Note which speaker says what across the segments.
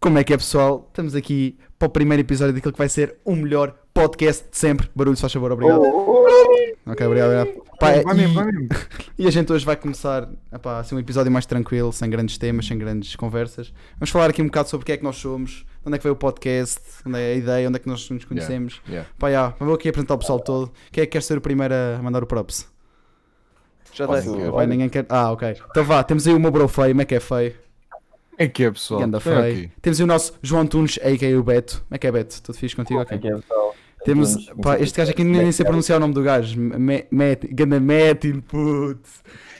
Speaker 1: Como é que é, pessoal? Estamos aqui para o primeiro episódio daquilo que vai ser o melhor podcast de sempre. Barulho, se faz favor, obrigado.
Speaker 2: Oh.
Speaker 1: Ok, obrigado, obrigado. Pá,
Speaker 2: Vai mesmo, vai
Speaker 1: e,
Speaker 2: mesmo.
Speaker 1: e a gente hoje vai começar epá, assim, um episódio mais tranquilo, sem grandes temas, sem grandes conversas. Vamos falar aqui um bocado sobre o que é que nós somos, onde é que veio o podcast, onde é a ideia, onde é que nós nos conhecemos.
Speaker 2: Yeah.
Speaker 1: Pá, yeah, vamos aqui apresentar o pessoal todo. Quem é que quer ser o primeiro a mandar o props?
Speaker 3: Já
Speaker 4: Olha,
Speaker 3: dei.
Speaker 4: eu-
Speaker 1: Vai, ninguém quer. Ah, ok. Então vá, temos aí o meu bro feio, como é que é feio?
Speaker 2: É que é, pessoal.
Speaker 1: Ganda
Speaker 2: Vem
Speaker 1: feio.
Speaker 2: aqui.
Speaker 1: Temos aí o nosso João Tunes, a.k.a. o Beto. Como é que é, Beto? Tudo fixe contigo? Ok.
Speaker 4: é
Speaker 1: Temos, pá, este gajo aqui nem,
Speaker 3: é
Speaker 1: nem sei pronunciar o nome do gajo. Me- Met- Ganda Metin, puto.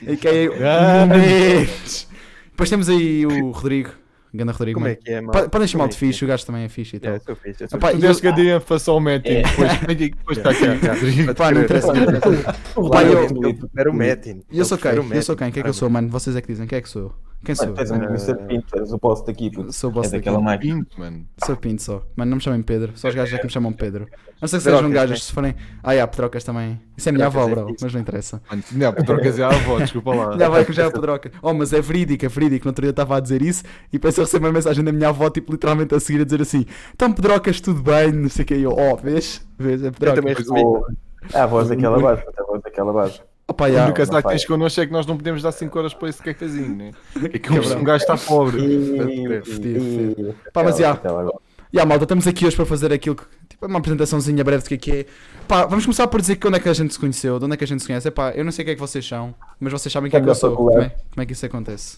Speaker 1: AKA é
Speaker 3: Ah.
Speaker 1: o Mendes. Depois temos aí o Rodrigo. Ganda Rodrigo.
Speaker 3: Como é
Speaker 1: mano.
Speaker 3: que é, mano?
Speaker 1: Pa- Podem chamar
Speaker 3: Como é
Speaker 1: de
Speaker 3: que
Speaker 1: fixe, o gajo também é fixe e
Speaker 3: É,
Speaker 1: tal.
Speaker 3: eu sou fixe, eu sou
Speaker 1: Epá,
Speaker 2: Tu
Speaker 1: e
Speaker 2: deste
Speaker 1: eu-
Speaker 2: que a ênfase ao Metin. Depois é está aqui. Rodrigo.
Speaker 1: pá, não interessa, não interessa. Pá,
Speaker 3: um
Speaker 1: eu-
Speaker 3: Era o Metin.
Speaker 1: E eu sou quem? Eu sou quem? Quem é que eu sou, mano? Vocês é que dizem. Quem é que sou eu? Quem sou
Speaker 4: Mano, tu és um
Speaker 1: eu?
Speaker 4: Mr. Pinto, és o boss daqui, puto.
Speaker 1: Sou o
Speaker 4: É
Speaker 1: boss
Speaker 4: daquela
Speaker 1: daqui.
Speaker 4: máquina.
Speaker 2: Pinto, mano.
Speaker 3: um-
Speaker 1: Sou Pinto só. Mano, não me chamem Pedro. Só os gajos é que me chamam Pedro. A não ser que
Speaker 3: Pedrocas,
Speaker 1: sejam
Speaker 3: né?
Speaker 1: gajos, se forem. Ah, yeah, Pedrocas também. Isso é minha avó,
Speaker 3: Pedrocas é
Speaker 1: bro.
Speaker 3: fixe.
Speaker 1: Mas não interessa.
Speaker 2: Mano, Não, para trocar dizer à avó, desculpa lá.
Speaker 1: Minha avó é que já é a Pedroca. Oh, mas é verídica, é verídica. No outro dia eu estava a dizer isso e depois eu recebi uma mensagem da minha avó, tipo, literalmente a seguir, a dizer assim: Então, Pedrocas, tudo bem, não sei o que. Eu, oh, vês? Vês? É
Speaker 3: Eu
Speaker 1: Pedroca.
Speaker 3: também recebi.
Speaker 4: É a voz daquela base, puto, é a voz daquela base.
Speaker 1: Opa,
Speaker 2: O
Speaker 1: já.
Speaker 2: único azar que
Speaker 4: vai.
Speaker 2: tens connosco é que nós não podemos dar 5 horas para esse cafezinho, né? É que um gajo está pobre.
Speaker 1: Pá, mas já.
Speaker 4: Aquela agora.
Speaker 1: Já, malta, estamos aqui hoje para fazer aquilo que. Tipo, uma apresentaçãozinha breve do que é que é. Pá, vamos começar por dizer que onde é que a gente se conheceu, de onde é que a gente se conhece. Epá, eu não sei o que é que vocês são, mas vocês sabem quem é que eu
Speaker 4: Estamos
Speaker 1: sou.
Speaker 4: na
Speaker 1: Como é,
Speaker 4: faculdade.
Speaker 1: como é que isso acontece?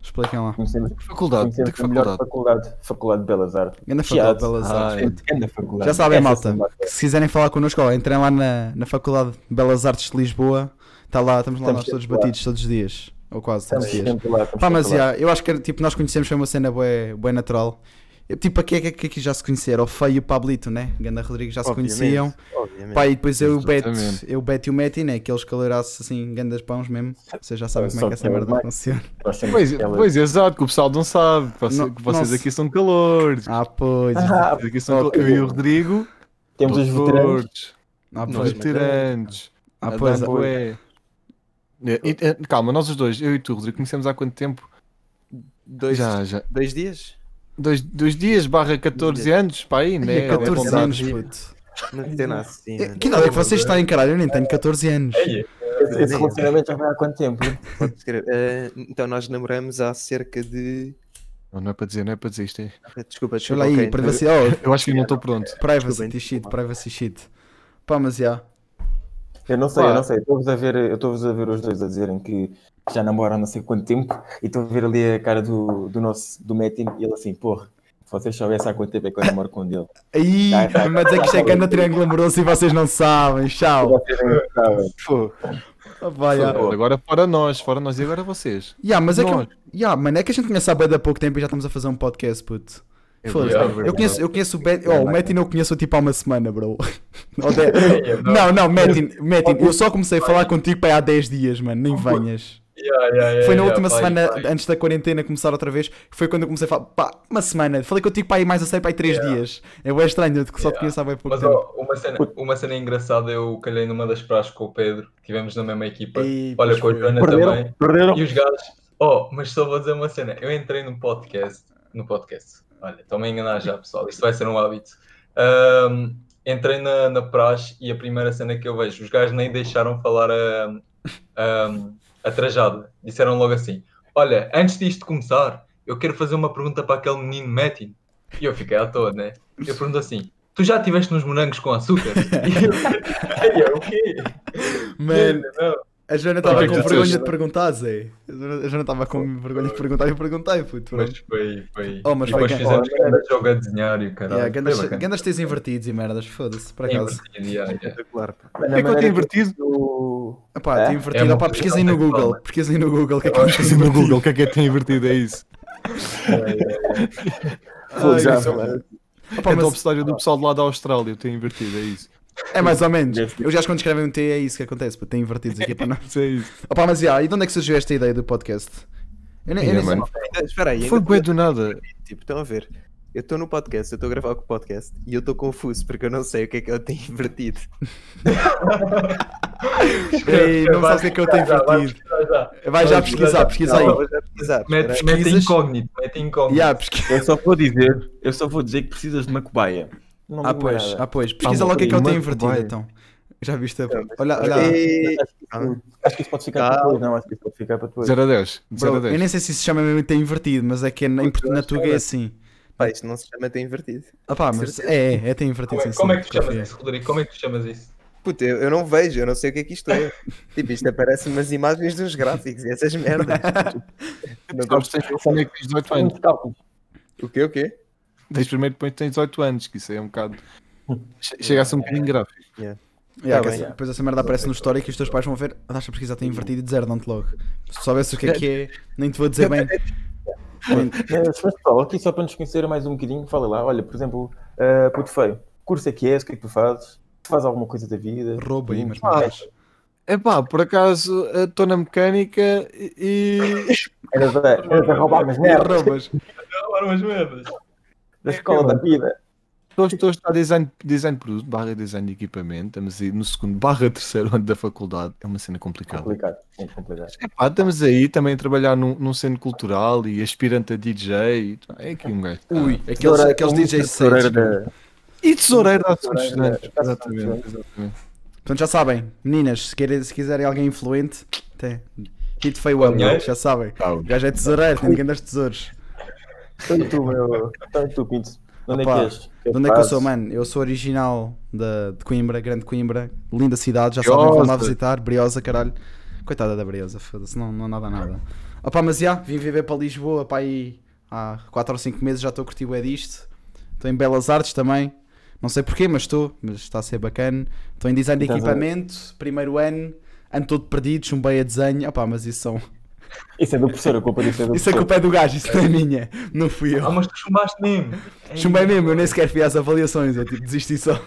Speaker 1: Expliquem lá.
Speaker 4: Conhecemos,
Speaker 2: Faculdade, de
Speaker 4: conhecemos
Speaker 2: que
Speaker 4: a melhor
Speaker 2: faculdade?
Speaker 4: faculdade, faculdade de Belas Artes. É,
Speaker 1: Ganda faculdade,
Speaker 4: Chiado.
Speaker 1: Belas Artes.
Speaker 2: Ah, é.
Speaker 1: puto.
Speaker 4: Grande faculdade.
Speaker 1: Já sabem,
Speaker 4: Essa
Speaker 1: malta,
Speaker 4: sim,
Speaker 1: que se quiserem falar connosco, ó, entrem lá na, na Faculdade de Belas Artes de Lisboa. Está lá, estamos lá
Speaker 4: Estamos
Speaker 1: nós todos
Speaker 4: sempre lá.
Speaker 1: batidos todos os dias. Ou quase todos
Speaker 4: Estamos
Speaker 1: os dias.
Speaker 4: sempre lá. estamos
Speaker 1: Pá, mas
Speaker 4: sempre lá.
Speaker 1: já, eu acho que tipo, nós conhecemos foi uma cena bué, bué natural. Eu, tipo, aqui é que- que aqui já se conheceram? O Feio e o Pablito, né? Ganda Rodrigues já se
Speaker 3: Obviamente,
Speaker 1: conheciam.
Speaker 3: obviamente.
Speaker 1: Pá, e depois eu e o Beto,
Speaker 2: Exatamente.
Speaker 1: eu, o Beto e o Metin, né? Aqueles calorassos assim, gandas pãos mesmo. Vocês já sabem
Speaker 4: Só-
Speaker 1: como é que
Speaker 4: só
Speaker 1: essa merda
Speaker 4: mais.
Speaker 1: funciona.
Speaker 4: Nós temos
Speaker 2: Pois,
Speaker 4: aquela-
Speaker 2: pois, exato, que o pessoal não sabe. que Vocês,
Speaker 1: Não-
Speaker 2: que vocês
Speaker 1: não
Speaker 2: aqui são calores.
Speaker 1: Ah, pois.
Speaker 4: Ah,
Speaker 2: Vocês aqui são
Speaker 4: ok.
Speaker 2: calores. Eu e o Rodrigo.
Speaker 4: Temos os
Speaker 2: todos
Speaker 4: veteranos.
Speaker 2: gordos,
Speaker 1: Ah,
Speaker 2: Nós
Speaker 1: pois.
Speaker 2: veteranos.
Speaker 1: Ah, pois.
Speaker 2: Adam Boé. É, e- é, Calma, nós os dois, eu e tu, Rodrigo, conhecemos há quanto tempo?
Speaker 3: Dois,
Speaker 2: Já, já.
Speaker 3: dois dias?
Speaker 2: Dois, dois dias, barra 14 anos, para aí, né?
Speaker 1: Tinha 14
Speaker 2: Arredondado.
Speaker 1: é anos, puto.
Speaker 3: Não tem nada assim.
Speaker 1: Eh,
Speaker 3: mano.
Speaker 1: Que idade é que vocês têm, caralho? Eu nem tenho 14 anos.
Speaker 4: Esse esse relacionamento já vai há quanto tempo?
Speaker 3: Pode escrever. Eh, então, nós namoramos há cerca de.
Speaker 2: Não, não é para dizer, não é para dizer isto. é-
Speaker 3: Desculpa,
Speaker 1: Deixa
Speaker 3: desculpa.
Speaker 1: lá aí,
Speaker 3: ok. então
Speaker 1: privacy. Oh,
Speaker 2: Eu acho que eu não estou pronto.
Speaker 1: privacy
Speaker 3: Desculpem.
Speaker 1: shit, privacy shit. Pá, mas já.
Speaker 4: Eu não sei,
Speaker 2: Pá.
Speaker 4: eu não sei. Estou-vos a ver, eu estou-vos a ver os dois a dizerem que já namoram há não sei quanto tempo e estou a ver ali a cara do, do nosso do Metin e ele assim, porra, se vocês soubessem há quanto tempo é que eu namoro com um dele.
Speaker 1: Aí,
Speaker 4: Tá, tá,
Speaker 1: mas é que isto é que anda triângulo amoroso e vocês não sabem. Tchau.
Speaker 4: Vocês não sabem.
Speaker 2: Pô,
Speaker 1: Ah, pá, já.
Speaker 4: Pô.
Speaker 2: agora fora nós, fora nós e agora vocês.
Speaker 1: Já, mas é que,
Speaker 2: Nós.
Speaker 1: já, mano, é que a gente conhece há bem há pouco tempo e já estamos a fazer um podcast, puto.
Speaker 2: É
Speaker 1: Foda-se.
Speaker 2: verdade, é
Speaker 1: Eu
Speaker 2: verdade.
Speaker 1: conheço, eu conheço o Betin. Oh, o Metin eu conheço tipo há uma semana, bro. Ou de- Não, não, Metin, Metin, eu só comecei a falar contigo pá, há 10 dias, mano. Nem venhas. Foi
Speaker 5: É,
Speaker 1: na última semana, antes da quarentena começar outra vez, foi quando eu comecei a falar, pá, uma semana. Falei contigo, pá, aí mais a sei, pá, aí 3 dias. É bué estranho, eu só te
Speaker 5: Yeah.
Speaker 1: conheço há bem pouco
Speaker 5: Mas
Speaker 1: tempo.
Speaker 5: ó, uma, cena, uma cena engraçada, eu calhei numa das praças com o Pedro, tivemos na mesma equipa,
Speaker 1: E, pois
Speaker 5: olha com a
Speaker 1: foi.
Speaker 5: Joana
Speaker 4: Perderam,
Speaker 5: também,
Speaker 4: perderam.
Speaker 5: e os gajos, oh, mas só vou dizer uma cena, eu entrei no podcast, no podcast, olha, estão-me a enganar já pessoal, isto vai ser um hábito, Ahm, entrei na, na praxe e a primeira cena que eu vejo, os gajos nem deixaram falar a, a, a trajada, disseram logo assim, olha, antes disto começar, eu quero fazer uma pergunta para aquele menino Metin, e eu fiquei à toa, né? Eu pergunto assim, tu já estiveste nos morangos com açúcar? E eu, "Ei, o quê?
Speaker 1: Mano,
Speaker 5: Não,
Speaker 1: a Joana estava
Speaker 5: Ah,
Speaker 1: com
Speaker 5: que
Speaker 1: vergonha
Speaker 5: susto.
Speaker 1: de perguntar, Zé. A Joana a Joana estava com vergonha de perguntar e eu perguntei, puto. pronto.
Speaker 5: Mas foi, foi.
Speaker 1: Oh, mas
Speaker 5: e
Speaker 1: foi
Speaker 5: depois
Speaker 1: que-
Speaker 5: fizemos
Speaker 4: oh,
Speaker 5: cada jogo a desenhar e o caralho.
Speaker 1: Yeah,
Speaker 5: foi
Speaker 1: gandas,
Speaker 5: bacana.
Speaker 1: gandas tens invertidos e merdas, foda-se, por
Speaker 5: É
Speaker 1: acaso.
Speaker 5: invertido, yeah, yeah.
Speaker 1: Tipo,
Speaker 3: Espetacular, pá.
Speaker 4: Mas na
Speaker 2: É que eu
Speaker 4: maneira
Speaker 2: tenho invertido.
Speaker 4: tu-
Speaker 1: Epá, tem
Speaker 4: É?
Speaker 5: É
Speaker 1: invertido,
Speaker 5: uma
Speaker 1: opá,
Speaker 5: coisa
Speaker 1: pesquisem no
Speaker 5: contextual,
Speaker 1: Google,
Speaker 5: né?
Speaker 1: pesquisem no Google o que é que
Speaker 5: Eu
Speaker 1: é
Speaker 5: acho
Speaker 2: Assim no Google, o que é que é que tem invertido? É isso.
Speaker 1: Ai,
Speaker 4: já,
Speaker 2: um
Speaker 1: isso-
Speaker 4: mano.
Speaker 1: Opá,
Speaker 2: é do
Speaker 5: Então,
Speaker 1: mas
Speaker 2: obstáculo do pessoal de lá da Austrália, tem invertido, é isso.
Speaker 1: é mais ou menos.
Speaker 4: Deve ser.
Speaker 1: Eu já quando escrevem um T é isso que acontece, pô, tem invertidos aqui para nós.
Speaker 2: Isso é isso.
Speaker 1: Opá, mas já, e de onde é que surgiu esta ideia do podcast? Eu nem, eu
Speaker 2: Yeah,
Speaker 1: nem sei.
Speaker 2: mano.
Speaker 3: Então, espera aí,
Speaker 1: é
Speaker 2: Foi
Speaker 3: ainda-
Speaker 2: bué do nada.
Speaker 3: tipo, estão a ver. Eu Eu estou no podcast, eu estou a gravar com o podcast e eu estou confuso porque eu não sei o que é que eu tenho invertido.
Speaker 1: Ei, não sabes o que é que eu tenho invertido. Vai já pesquisar, pesquisa aí.
Speaker 3: Não, vou já pesquisar, espera
Speaker 5: Mete,
Speaker 3: aí.
Speaker 5: mete
Speaker 1: Pesquisas?
Speaker 5: incógnito, mete incógnito.
Speaker 1: Yeah, pesquisa.
Speaker 4: Eu só vou dizer, eu só vou dizer que precisas de uma cobaia. Não
Speaker 1: Ah,
Speaker 4: digo
Speaker 1: pois,
Speaker 4: nada.
Speaker 1: ah, pois.
Speaker 3: Tá
Speaker 1: Pesquisa logo o que é que eu tenho invertido então. Já viste a. Olha, olha. lá.
Speaker 3: E-
Speaker 4: Acho que- Acho que isso pode ficar para depois, não, acho que isso pode ficar para depois.
Speaker 2: 0 a 10.
Speaker 1: Bro,
Speaker 2: de 0 a
Speaker 1: eu
Speaker 2: 10.
Speaker 1: nem sei se isso se chama mesmo ter invertido, mas é que é na, em portu- na Tuga é assim.
Speaker 3: Pá, isto não se chama ter invertido.
Speaker 1: Ah pá, mas é, é, é ter invertido
Speaker 5: Como é,
Speaker 1: sim,
Speaker 5: como é
Speaker 1: sim,
Speaker 5: que tu chamas
Speaker 1: confia.
Speaker 5: isso, Rodrigo? Como é que tu chamas isso?
Speaker 3: Puta, eu, eu não vejo, eu não sei o que é que isto é. tipo, isto aparece umas imagens dos gráficos e essas merdas. Não dá-
Speaker 2: Sabes, tens primeiro que tens 18 anos.
Speaker 4: Muitos cálculos.
Speaker 3: o quê, o quê?
Speaker 2: Tens primeiro depois tens 18 anos, que isso é um bocado. Che- Chega a ser um bocadinho gráfico.
Speaker 1: Yeah,
Speaker 3: Tá
Speaker 1: que
Speaker 3: bem,
Speaker 1: essa-
Speaker 4: yeah.
Speaker 1: Depois essa merda aparece no histórico e os teus pais vão ver. Ah, deixa a pesquisa tem invertido e dizeram-te logo. Se soubesse o que é que é, nem te vou dizer bem.
Speaker 4: É, se fosse pessoal, aqui só para nos conhecer mais um bocadinho, fala lá. Olha, por exemplo, uh, puto feio, que curso é que és, o que é que tu fazes? Tu fazes alguma coisa da vida?
Speaker 1: Rouba aí, mas.
Speaker 2: Ah, Epá, por acaso estou na mecânica e.
Speaker 4: Eras a, eras a roubar umas
Speaker 2: É.
Speaker 4: merdas
Speaker 1: Roubas.
Speaker 5: Não, eram as merdas.
Speaker 4: da escola da vida.
Speaker 2: Estou, estou a estudar design, design de produto, barra design de equipamento. Estamos aí no segundo, barra terceiro ano da faculdade. É uma cena complicada.
Speaker 4: Complicado,
Speaker 1: É
Speaker 4: muito complicado.
Speaker 2: Epá, estamos aí também a trabalhar num, num centro cultural e aspirante a DJ. e- É aqui um gajo.
Speaker 1: Ui, aqueles,
Speaker 4: Tesoureira-
Speaker 1: aqueles DJ
Speaker 4: tesoureira
Speaker 1: sets.
Speaker 4: da-
Speaker 2: E tesoureiro de assuntos
Speaker 4: Tesoureiro,
Speaker 2: estudantes.
Speaker 4: é,
Speaker 2: Exatamente, exatamente.
Speaker 1: Portanto, já sabem, meninas, se, querem, se quiserem alguém influente, tem. Hit feio up,
Speaker 5: Dinheiro?
Speaker 1: já sabem. O gajo é tesoureiro, tem ninguém das tesouros.
Speaker 4: Então e tu, meu? Então e tu, Pinto? De Onde é
Speaker 1: Opa,
Speaker 4: que és?
Speaker 1: De onde é que eu sou,
Speaker 4: fazes?
Speaker 1: mano? Eu sou original da, de Coimbra, grande Coimbra, linda cidade, já sabem, vão lá
Speaker 2: Briosa.
Speaker 1: visitar, Briosa, caralho. Coitada da Briosa, foda-se, não, não há nada a nada. Opa, mas já, vim viver para Lisboa, pá, aí há 4 ou 5 meses já estou a curtir é disto. Estou em Belas Artes também, não sei porquê, mas estou, mas está a ser bacana. Estou em design de
Speaker 4: Estás a-
Speaker 1: equipamento, primeiro ano, ano todo perdido, chumbei a desenho, opá, mas isso são...
Speaker 4: Isso é do professor, a culpa disso é do
Speaker 1: Isso é
Speaker 4: professor.
Speaker 1: culpa é do gajo, isso não é minha, não fui
Speaker 5: Ah,
Speaker 1: eu.
Speaker 5: mas tu chumbaste mesmo.
Speaker 1: Chumbei mesmo, eu nem sequer fui às avaliações, eu tipo, desisti só.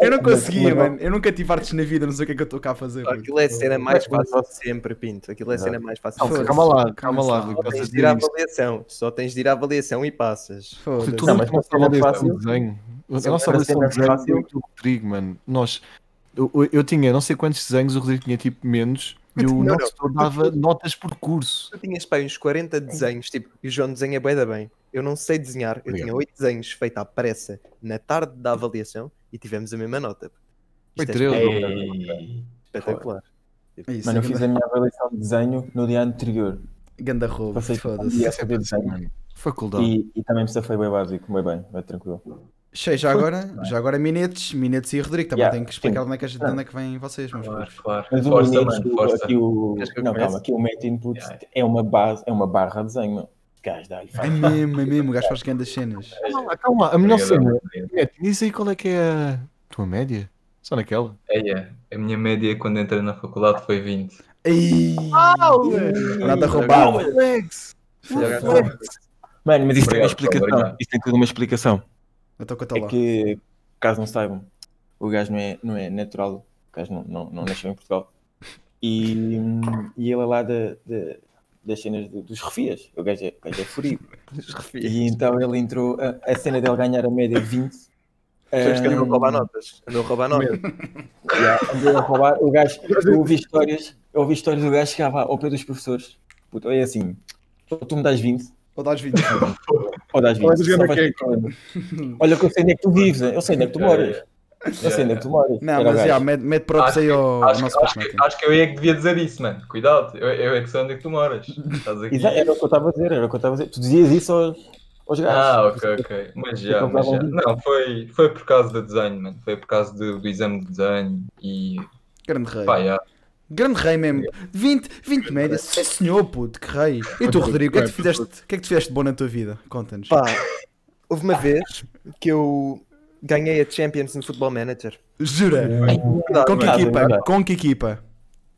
Speaker 1: eu não conseguia,
Speaker 4: Mas-
Speaker 1: mano. Eu nunca tive artes na vida, não sei o que é que eu estou cá a fazer. puto.
Speaker 3: Aquilo é a cena mais
Speaker 4: Mas-
Speaker 3: fácil de sempre, Pinto. Aquilo é a cena mais fácil de
Speaker 1: Não,
Speaker 2: Calma,
Speaker 3: sempre.
Speaker 1: calma
Speaker 2: calma lá, calma lá,
Speaker 1: Só
Speaker 2: Rui,
Speaker 3: Só
Speaker 2: estás
Speaker 3: tens
Speaker 2: a
Speaker 3: de ir à
Speaker 2: dizer isso.
Speaker 3: avaliação. Só tens de ir à avaliação e passas.
Speaker 1: Foda-se.
Speaker 2: Tu
Speaker 4: Não,
Speaker 2: não
Speaker 4: mas
Speaker 2: tens
Speaker 4: não é
Speaker 2: avaliação
Speaker 4: fácil.
Speaker 2: de desenho.
Speaker 4: Sim,
Speaker 2: A nossa
Speaker 4: era
Speaker 2: avaliação de
Speaker 4: cena
Speaker 2: desenho
Speaker 4: fácil.
Speaker 2: foi muito do Rodrigo, mano. Nós, eu, eu- eu tinha não sei quantos desenhos, o Rodrigo tinha tipo menos, e
Speaker 3: Não,
Speaker 2: o
Speaker 3: não.
Speaker 2: nosso setor dava notas por curso.
Speaker 3: Tu tinhas pá, uns 40 desenhos, tipo, e o João desenha bué da bem. Eu não sei desenhar, eu
Speaker 2: Obrigado.
Speaker 3: tinha 8 desenhos feitos à pressa na tarde da avaliação e tivemos a mesma nota.
Speaker 2: Foi
Speaker 3: Isto é
Speaker 2: três.
Speaker 5: Ei.
Speaker 3: espetacular.
Speaker 1: É isso,
Speaker 4: Mano, eu
Speaker 1: ganda-
Speaker 4: fiz a minha avaliação de desenho no dia anterior.
Speaker 1: Ganda roubo,
Speaker 4: Passei um
Speaker 1: foda-se.
Speaker 4: Yes,
Speaker 2: Isso é para dizer,
Speaker 4: sim.
Speaker 2: mano. Faculdade.
Speaker 4: E, e também me safei bem básico, bem bem, bem tranquilo.
Speaker 1: Cheio, já agora, já agora Minetes, Minetes e Rodrigo também
Speaker 4: Yeah,
Speaker 1: têm que explicar
Speaker 4: sim.
Speaker 1: onde é que, a gente- de onde é que vêm vocês, meus
Speaker 5: Claro,
Speaker 1: putos.
Speaker 5: claro.
Speaker 4: Mas o
Speaker 5: Força,
Speaker 4: Minetes,
Speaker 5: mano,
Speaker 4: o-
Speaker 5: força.
Speaker 4: aqui o.
Speaker 3: Queres que eu
Speaker 4: Não,
Speaker 3: comece?
Speaker 4: calma, aqui o Matt Inputs
Speaker 5: Yeah,
Speaker 4: é uma base, é uma barra de desenho, meu. Gajo, dá-lhe,
Speaker 1: É
Speaker 4: faz.
Speaker 1: mesmo, é mesmo, o gajo faz grandes cenas.
Speaker 2: Calma lá, Ah, calma lá. A melhor cena.
Speaker 5: Obrigado, Rodrigo.
Speaker 2: É, diz aí qual é que é a tua média? Só naquela.
Speaker 5: Ei, é. A minha média quando entrei na faculdade foi 20.
Speaker 1: Ei, nada roubado.
Speaker 2: Flex!
Speaker 4: Mano, mas isso tem uma
Speaker 5: Obrigado,
Speaker 4: explicação.
Speaker 5: obrigado.
Speaker 4: Isso tem tudo uma explicação.
Speaker 1: Eu estou com a
Speaker 4: É
Speaker 1: tela.
Speaker 4: que, caso não saibam, o gajo não é, não é natural, o gajo não, não, não nasceu em Portugal. E, e ele é lá da- da- das cenas do- dos refias. O gajo é, o gajo é furido. E então ele entrou, a, a cena dele ganhar a média de 20.
Speaker 3: Sabes que andam a
Speaker 4: hum,
Speaker 2: É,
Speaker 3: roubar notas. Andam a roubar notas.
Speaker 4: Yeah, andei a roubar. O gajo, eu ouvi histórias, eu ouvi histórias do gajo que chegava ao pé dos professores. Puto, é assim, ou tu me dás 20,
Speaker 1: Ou dás 20.
Speaker 4: ou dás 20.
Speaker 2: Olha,
Speaker 4: Só
Speaker 2: Diana,
Speaker 4: vais
Speaker 2: quem é
Speaker 4: ter problema. Olha que eu sei onde é que tu vives, eu sei onde é que tu
Speaker 5: Yeah,
Speaker 4: moras. Eu sei onde é que tu moras.
Speaker 1: Não,
Speaker 4: Era o
Speaker 1: mas
Speaker 4: gajo.
Speaker 1: já, mete mete props aí ao ao
Speaker 5: Acho,
Speaker 1: nosso
Speaker 5: que, acho,
Speaker 1: puto Metin.
Speaker 5: que, acho que eu é que devia dizer isso, mano. Cuidado, eu, eu é que sei onde é que tu moras. Estás aqui.
Speaker 4: Exa- Era o que eu estava a dizer, era o que eu estava a dizer. Tu dizias isso aos, aos gajos.
Speaker 5: Ah, ok, ok. Mas já, mas já. Não, foi, foi por causa do desenho, mano. Foi por causa do, do exame de desenho e.
Speaker 1: Grande rei.
Speaker 5: Pá, já.
Speaker 1: Grande rei mesmo. 20, 20 médias. Sim senhor, puto, que rei. E tu, Rodrigo, o que é que tu fizeste, o que é que tu fizeste de bom na tua vida? Conta-nos.
Speaker 3: Pá, houve uma vez que eu ganhei a Champions no Football Manager.
Speaker 1: Jura? Com que
Speaker 4: Nada,
Speaker 1: equipa?
Speaker 4: nada.
Speaker 1: Com que equipa?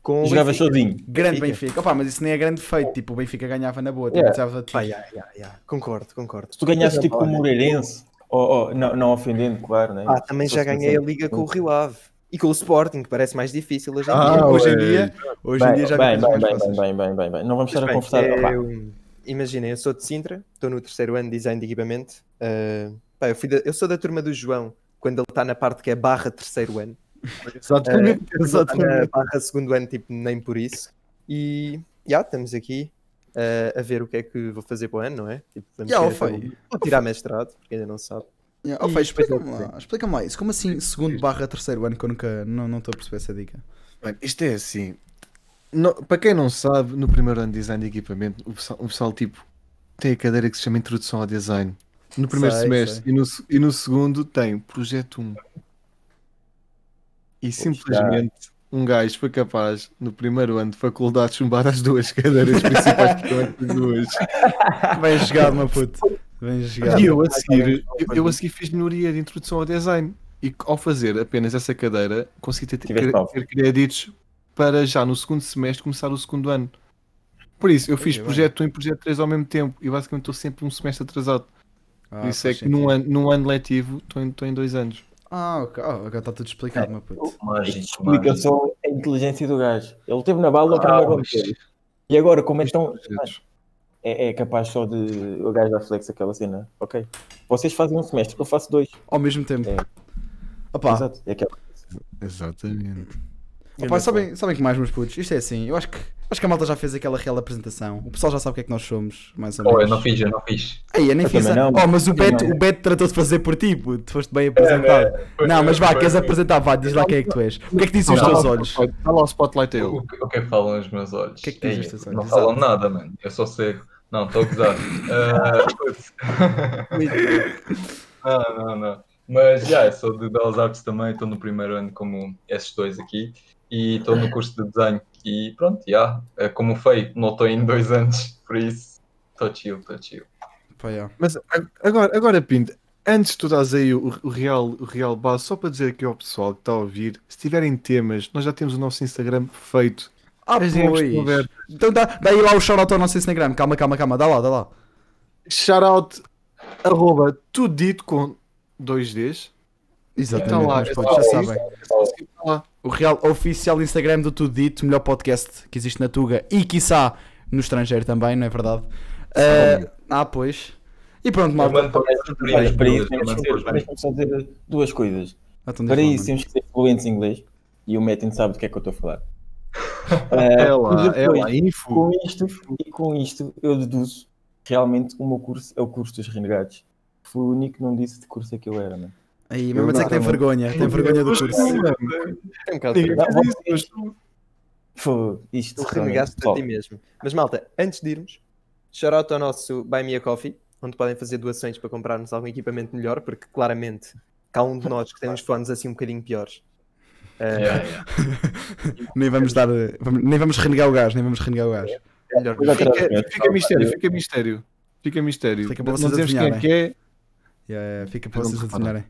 Speaker 3: Com o
Speaker 4: Jogavas
Speaker 3: Benfica.
Speaker 4: sozinho.
Speaker 1: Grande
Speaker 3: Benfica.
Speaker 1: Benfica. Opa, mas isso nem é grande feito. Tipo, o Benfica ganhava na boa. Tipo,
Speaker 4: Yeah.
Speaker 1: precisava de ti.
Speaker 3: Pá, yeah, yeah, yeah. Concordo, concordo.
Speaker 4: Se tu ganhasses tipo
Speaker 3: Olha.
Speaker 4: com o Moreirense, ou, ou- não, não ofendendo, claro, né?
Speaker 3: Ah, também já ganhei a liga com o Rio Ave. E com o Sporting, que parece mais difícil hoje em
Speaker 2: Ah,
Speaker 3: dia.
Speaker 1: hoje em
Speaker 2: ué.
Speaker 1: dia, hoje em
Speaker 4: Bem,
Speaker 1: dia já
Speaker 4: bem,
Speaker 1: vi coisas mais
Speaker 4: bem, bem, bem,
Speaker 1: fáceis.
Speaker 4: bem, bem, bem, bem. Não vamos estar a
Speaker 3: Mas, é
Speaker 4: conversar.
Speaker 3: bem,
Speaker 4: opá.
Speaker 3: eu- imaginem, um, eu sou de Sintra, estou no terceiro ano de design de equipamento. Uh, pá, eu, fui da- eu sou da turma do João, quando ele está na parte que é barra terceiro ano.
Speaker 1: é
Speaker 2: Exatamente,
Speaker 3: Tá na
Speaker 2: exatamente.
Speaker 3: barra segundo ano, tipo, nem por isso. E já, estamos aqui eh, a ver o que é que vou fazer para o ano, não é? Tipo, vamos
Speaker 1: Já, ó,
Speaker 3: ver até
Speaker 1: foi.
Speaker 3: o- Vou tirar mestrado, porque ainda não sabe.
Speaker 1: Yeah, oh,
Speaker 3: E
Speaker 1: Fei,
Speaker 3: depois
Speaker 1: explica-me
Speaker 3: eu-
Speaker 1: lá, explica-me lá isso. Como assim segundo barra terceiro ano que eu nunca não não estou a perceber essa dica?
Speaker 2: Mano, isto é assim. Não- para quem não sabe, no primeiro ano de design de equipamento, o pessoal, o pessoal, tipo tem a cadeira que se chama Introdução ao Design. No primeiro
Speaker 1: Sei,
Speaker 2: semestre E, no, se- e no segundo tem Projeto 1. E simplesmente um gajo foi capaz, no primeiro ano de faculdade, de chumbar as duas cadeiras principais que estão entre duas.
Speaker 1: Bem jogado, meu puto. Bem jogado.
Speaker 2: E eu a seguir, eu, eu a seguir fiz minoria de introdução ao design. E ao fazer apenas essa cadeira, consegui ter,
Speaker 4: Tiveste
Speaker 2: ter-
Speaker 4: nove.
Speaker 2: ter créditos para já no segundo semestre começar o segundo ano. Por isso, eu fiz
Speaker 1: bem.
Speaker 2: projeto 1 e projeto 3 ao mesmo tempo e basicamente estou sempre um semestre atrasado.
Speaker 1: Ah,
Speaker 2: Por isso é
Speaker 1: faz
Speaker 2: que num
Speaker 1: sentido.
Speaker 2: ano, num ano letivo estou em, estou em dois anos.
Speaker 1: Ah, ok. Ah, agora está tudo explicado, meu puto.
Speaker 5: Mágico,
Speaker 4: Explica
Speaker 5: mágico.
Speaker 4: só a inteligência do gajo. Ele teve na bala o primeiro
Speaker 5: Ah,
Speaker 4: ano dele. E agora, como é
Speaker 2: Fiz
Speaker 4: tão.
Speaker 2: projetos.
Speaker 4: É, é capaz só de. O gajo da Flex, aquela cena. Ok. Vocês fazem um semestre, eu faço dois.
Speaker 1: Ao mesmo tempo.
Speaker 4: É.
Speaker 1: Opa,
Speaker 4: Exato. É aquela.
Speaker 2: Exatamente.
Speaker 1: Opa, sabem, sabem que mais, meus putos? Isto é assim, eu acho que, acho que a malta já fez aquela real apresentação. O pessoal já sabe o que é que nós somos, mais ou menos.
Speaker 5: Oh, eu não fiz, eu não fiz.
Speaker 1: Aí, eu nem fiz.
Speaker 4: também
Speaker 1: a-
Speaker 4: não.
Speaker 1: oh, mas o
Speaker 4: Eu
Speaker 1: Bet,
Speaker 4: não.
Speaker 1: o Bet tratou de fazer por ti, puto. Tu foste bem apresentado. não, mas vá, queres apresentar? Vá, diz lá quem é que tu és. O que é que dizem os
Speaker 2: Está lá
Speaker 1: teus
Speaker 2: o
Speaker 1: olhos?
Speaker 2: spotlight- está lá o spotlight a
Speaker 5: O,
Speaker 2: eu.
Speaker 5: o que- o que é que falam os meus olhos?
Speaker 1: que é que tens
Speaker 5: Ei,
Speaker 1: nos teus
Speaker 5: não
Speaker 1: olhos?
Speaker 5: falam nada, mano. Eu sou cego. Não, estou a gozar. Ah, putz. não, não, não. Mas já, eu sou de Belas Artes também, estou no primeiro ano como esses dois aqui e estou no curso de desenho. E pronto, já, é como foi, não estou em dois anos, por isso estou chill, estou chill.
Speaker 1: Pá, já.
Speaker 2: Mas a- agora, agora Pinto, antes de tu dás aí o, o real, o real base, só para dizer aqui ao pessoal que está a ouvir, se tiverem temas, nós já temos o nosso Instagram feito.
Speaker 1: Ah,
Speaker 2: Mas iremos
Speaker 1: pois.
Speaker 2: descobrir.
Speaker 1: Então dá, dá aí lá o shout-out ao nosso Instagram. Calma, calma, calma. Dá lá, dá lá.
Speaker 2: Então Shoutout, arroba, tudo dito com dois Ds.
Speaker 1: Exatamente,
Speaker 2: lá,
Speaker 1: meus
Speaker 2: é
Speaker 1: putos, já
Speaker 2: só isso.
Speaker 1: sabem.
Speaker 2: Está lá.
Speaker 1: O real oficial Instagram do Tudo Dito, melhor podcast que existe na Tuga e quiçá no estrangeiro também, não é verdade? Ah, ah, pois. E pronto,
Speaker 5: Eu
Speaker 1: malta.
Speaker 5: mando também
Speaker 4: Olha,
Speaker 5: surpresas,
Speaker 4: para isso,
Speaker 5: eu
Speaker 4: temos
Speaker 5: mando
Speaker 4: que ser-
Speaker 5: surpresas.
Speaker 4: temos que só dizer duas coisas.
Speaker 1: Então, diz
Speaker 4: Para
Speaker 1: lá,
Speaker 4: isso,
Speaker 1: mano.
Speaker 4: temos que ser fluentes em inglês. E o Metin sabe do que é que eu estou a falar.
Speaker 2: É
Speaker 4: Ah,
Speaker 2: lá,
Speaker 4: e
Speaker 2: é
Speaker 4: depois,
Speaker 2: lá, info.
Speaker 4: Com isto, e com isto, eu deduzo realmente o meu curso é o curso dos renegados. Foi o único que não disse de curso é que eu era, mano.
Speaker 1: Aí, mesmo a dizer que tem
Speaker 2: não, não.
Speaker 1: vergonha, tem vergonha do curso.
Speaker 3: Tem um bocado de
Speaker 2: Ninguém
Speaker 3: vergonha.
Speaker 2: fez isso, mas tu-
Speaker 4: Foi isto.
Speaker 3: Tu
Speaker 4: realmente,
Speaker 3: renegaste a
Speaker 4: pessoal.
Speaker 3: ti mesmo. Mas malta, antes de irmos, shoutout ao nosso Buy Me a Coffee, onde podem fazer doações para comprarmos algum equipamento melhor, porque claramente cá um de nós que tem uns fones assim um bocadinho piores. Eh,
Speaker 5: Yeah, yeah.
Speaker 1: Nem vamos dar. vamos- nem vamos renegar o gás, nem vamos renegar o gás.
Speaker 3: é melhor
Speaker 4: Pois é,
Speaker 2: Fica, fica mistério, fica mistério. Fica mistério.
Speaker 1: Fica para
Speaker 2: Não
Speaker 1: vocês
Speaker 2: dizemos quem é
Speaker 1: adivinharem.
Speaker 2: que é.
Speaker 1: Yeah, yeah, fica para
Speaker 2: Não
Speaker 1: vocês
Speaker 2: reparar.
Speaker 1: adivinharem.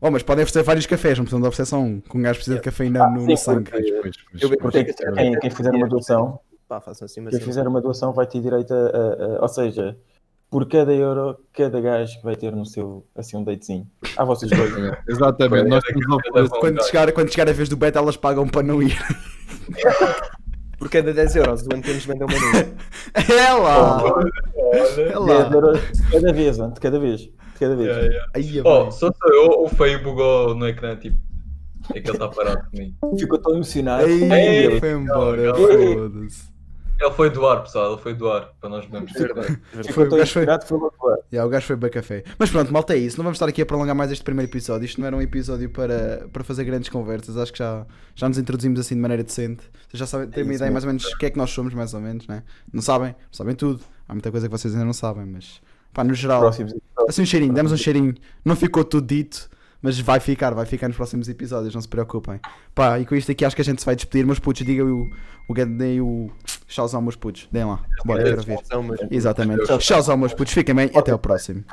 Speaker 1: Oh, mas podem oferecer vários cafés, não precisam de oferecer só um. Com um gajo precisa de cafeína no, no
Speaker 4: Sim,
Speaker 1: sangue.
Speaker 4: porque-
Speaker 2: Pois, pois,
Speaker 3: Eu-
Speaker 2: pois.
Speaker 4: porque Quem, quem fizer uma doação,
Speaker 3: Pá, façam assim uma
Speaker 4: quem
Speaker 3: cena.
Speaker 4: fizer uma doação vai ter direito a, a- a- Ou seja, por cada euro, cada gajo que vai ter no seu assim um datezinho. Ah, vocês dois.
Speaker 2: Exatamente, nós temos a
Speaker 5: Cada um
Speaker 1: Quando
Speaker 5: dá.
Speaker 1: chegar, quando chegar a vez do beta, elas pagam para não ir.
Speaker 3: Por cada 10 euros do ano que nos mandam uma nuvem.
Speaker 1: É
Speaker 5: Oh,
Speaker 1: lá! É lá!
Speaker 4: 10 euros de cada vez, mano, de cada vez. De cada vez.
Speaker 5: Yeah, yeah.
Speaker 1: Aí,
Speaker 5: Oh, só sou eu ou foi bugou no ecrã, tipo, é que ele está parado comigo.
Speaker 4: Ficou tão emocionado.
Speaker 1: Aí,
Speaker 5: Ei,
Speaker 1: foi embora,
Speaker 5: não,
Speaker 4: não.
Speaker 1: foda-se.
Speaker 5: Ele foi doar, pessoal, ele foi doar, para nós vermos.
Speaker 1: Foi-
Speaker 4: Ficou tão
Speaker 1: acho que foi-
Speaker 4: emocionado que foi uma coisa.
Speaker 1: Yeah, o gajo foi bem café. Mas pronto, malta, é isso. Não vamos estar aqui a prolongar mais este primeiro episódio. Isto não era um episódio para, para fazer grandes conversas. Acho que já, já nos introduzimos assim de maneira decente. Vocês já sabem, têm uma ideia mais ou menos o que é que nós somos, mais ou menos, né? Não sabem? Não sabem tudo. Há muita coisa que vocês ainda não sabem, mas pá, no geral.
Speaker 4: Próximos episódios.
Speaker 1: Assim um cheirinho, demos um cheirinho. Não ficou tudo dito, mas vai ficar, vai ficar nos próximos episódios, não se preocupem. Pá, e com isto aqui acho que a gente se vai despedir. Meus putos, digam o, o deem o tchauzão, meus putos. Deem lá. Bora, quero ouvir.
Speaker 3: São umas-
Speaker 1: Exatamente. Tchauzão, meus putos. Fiquem bem. Até ao próximo.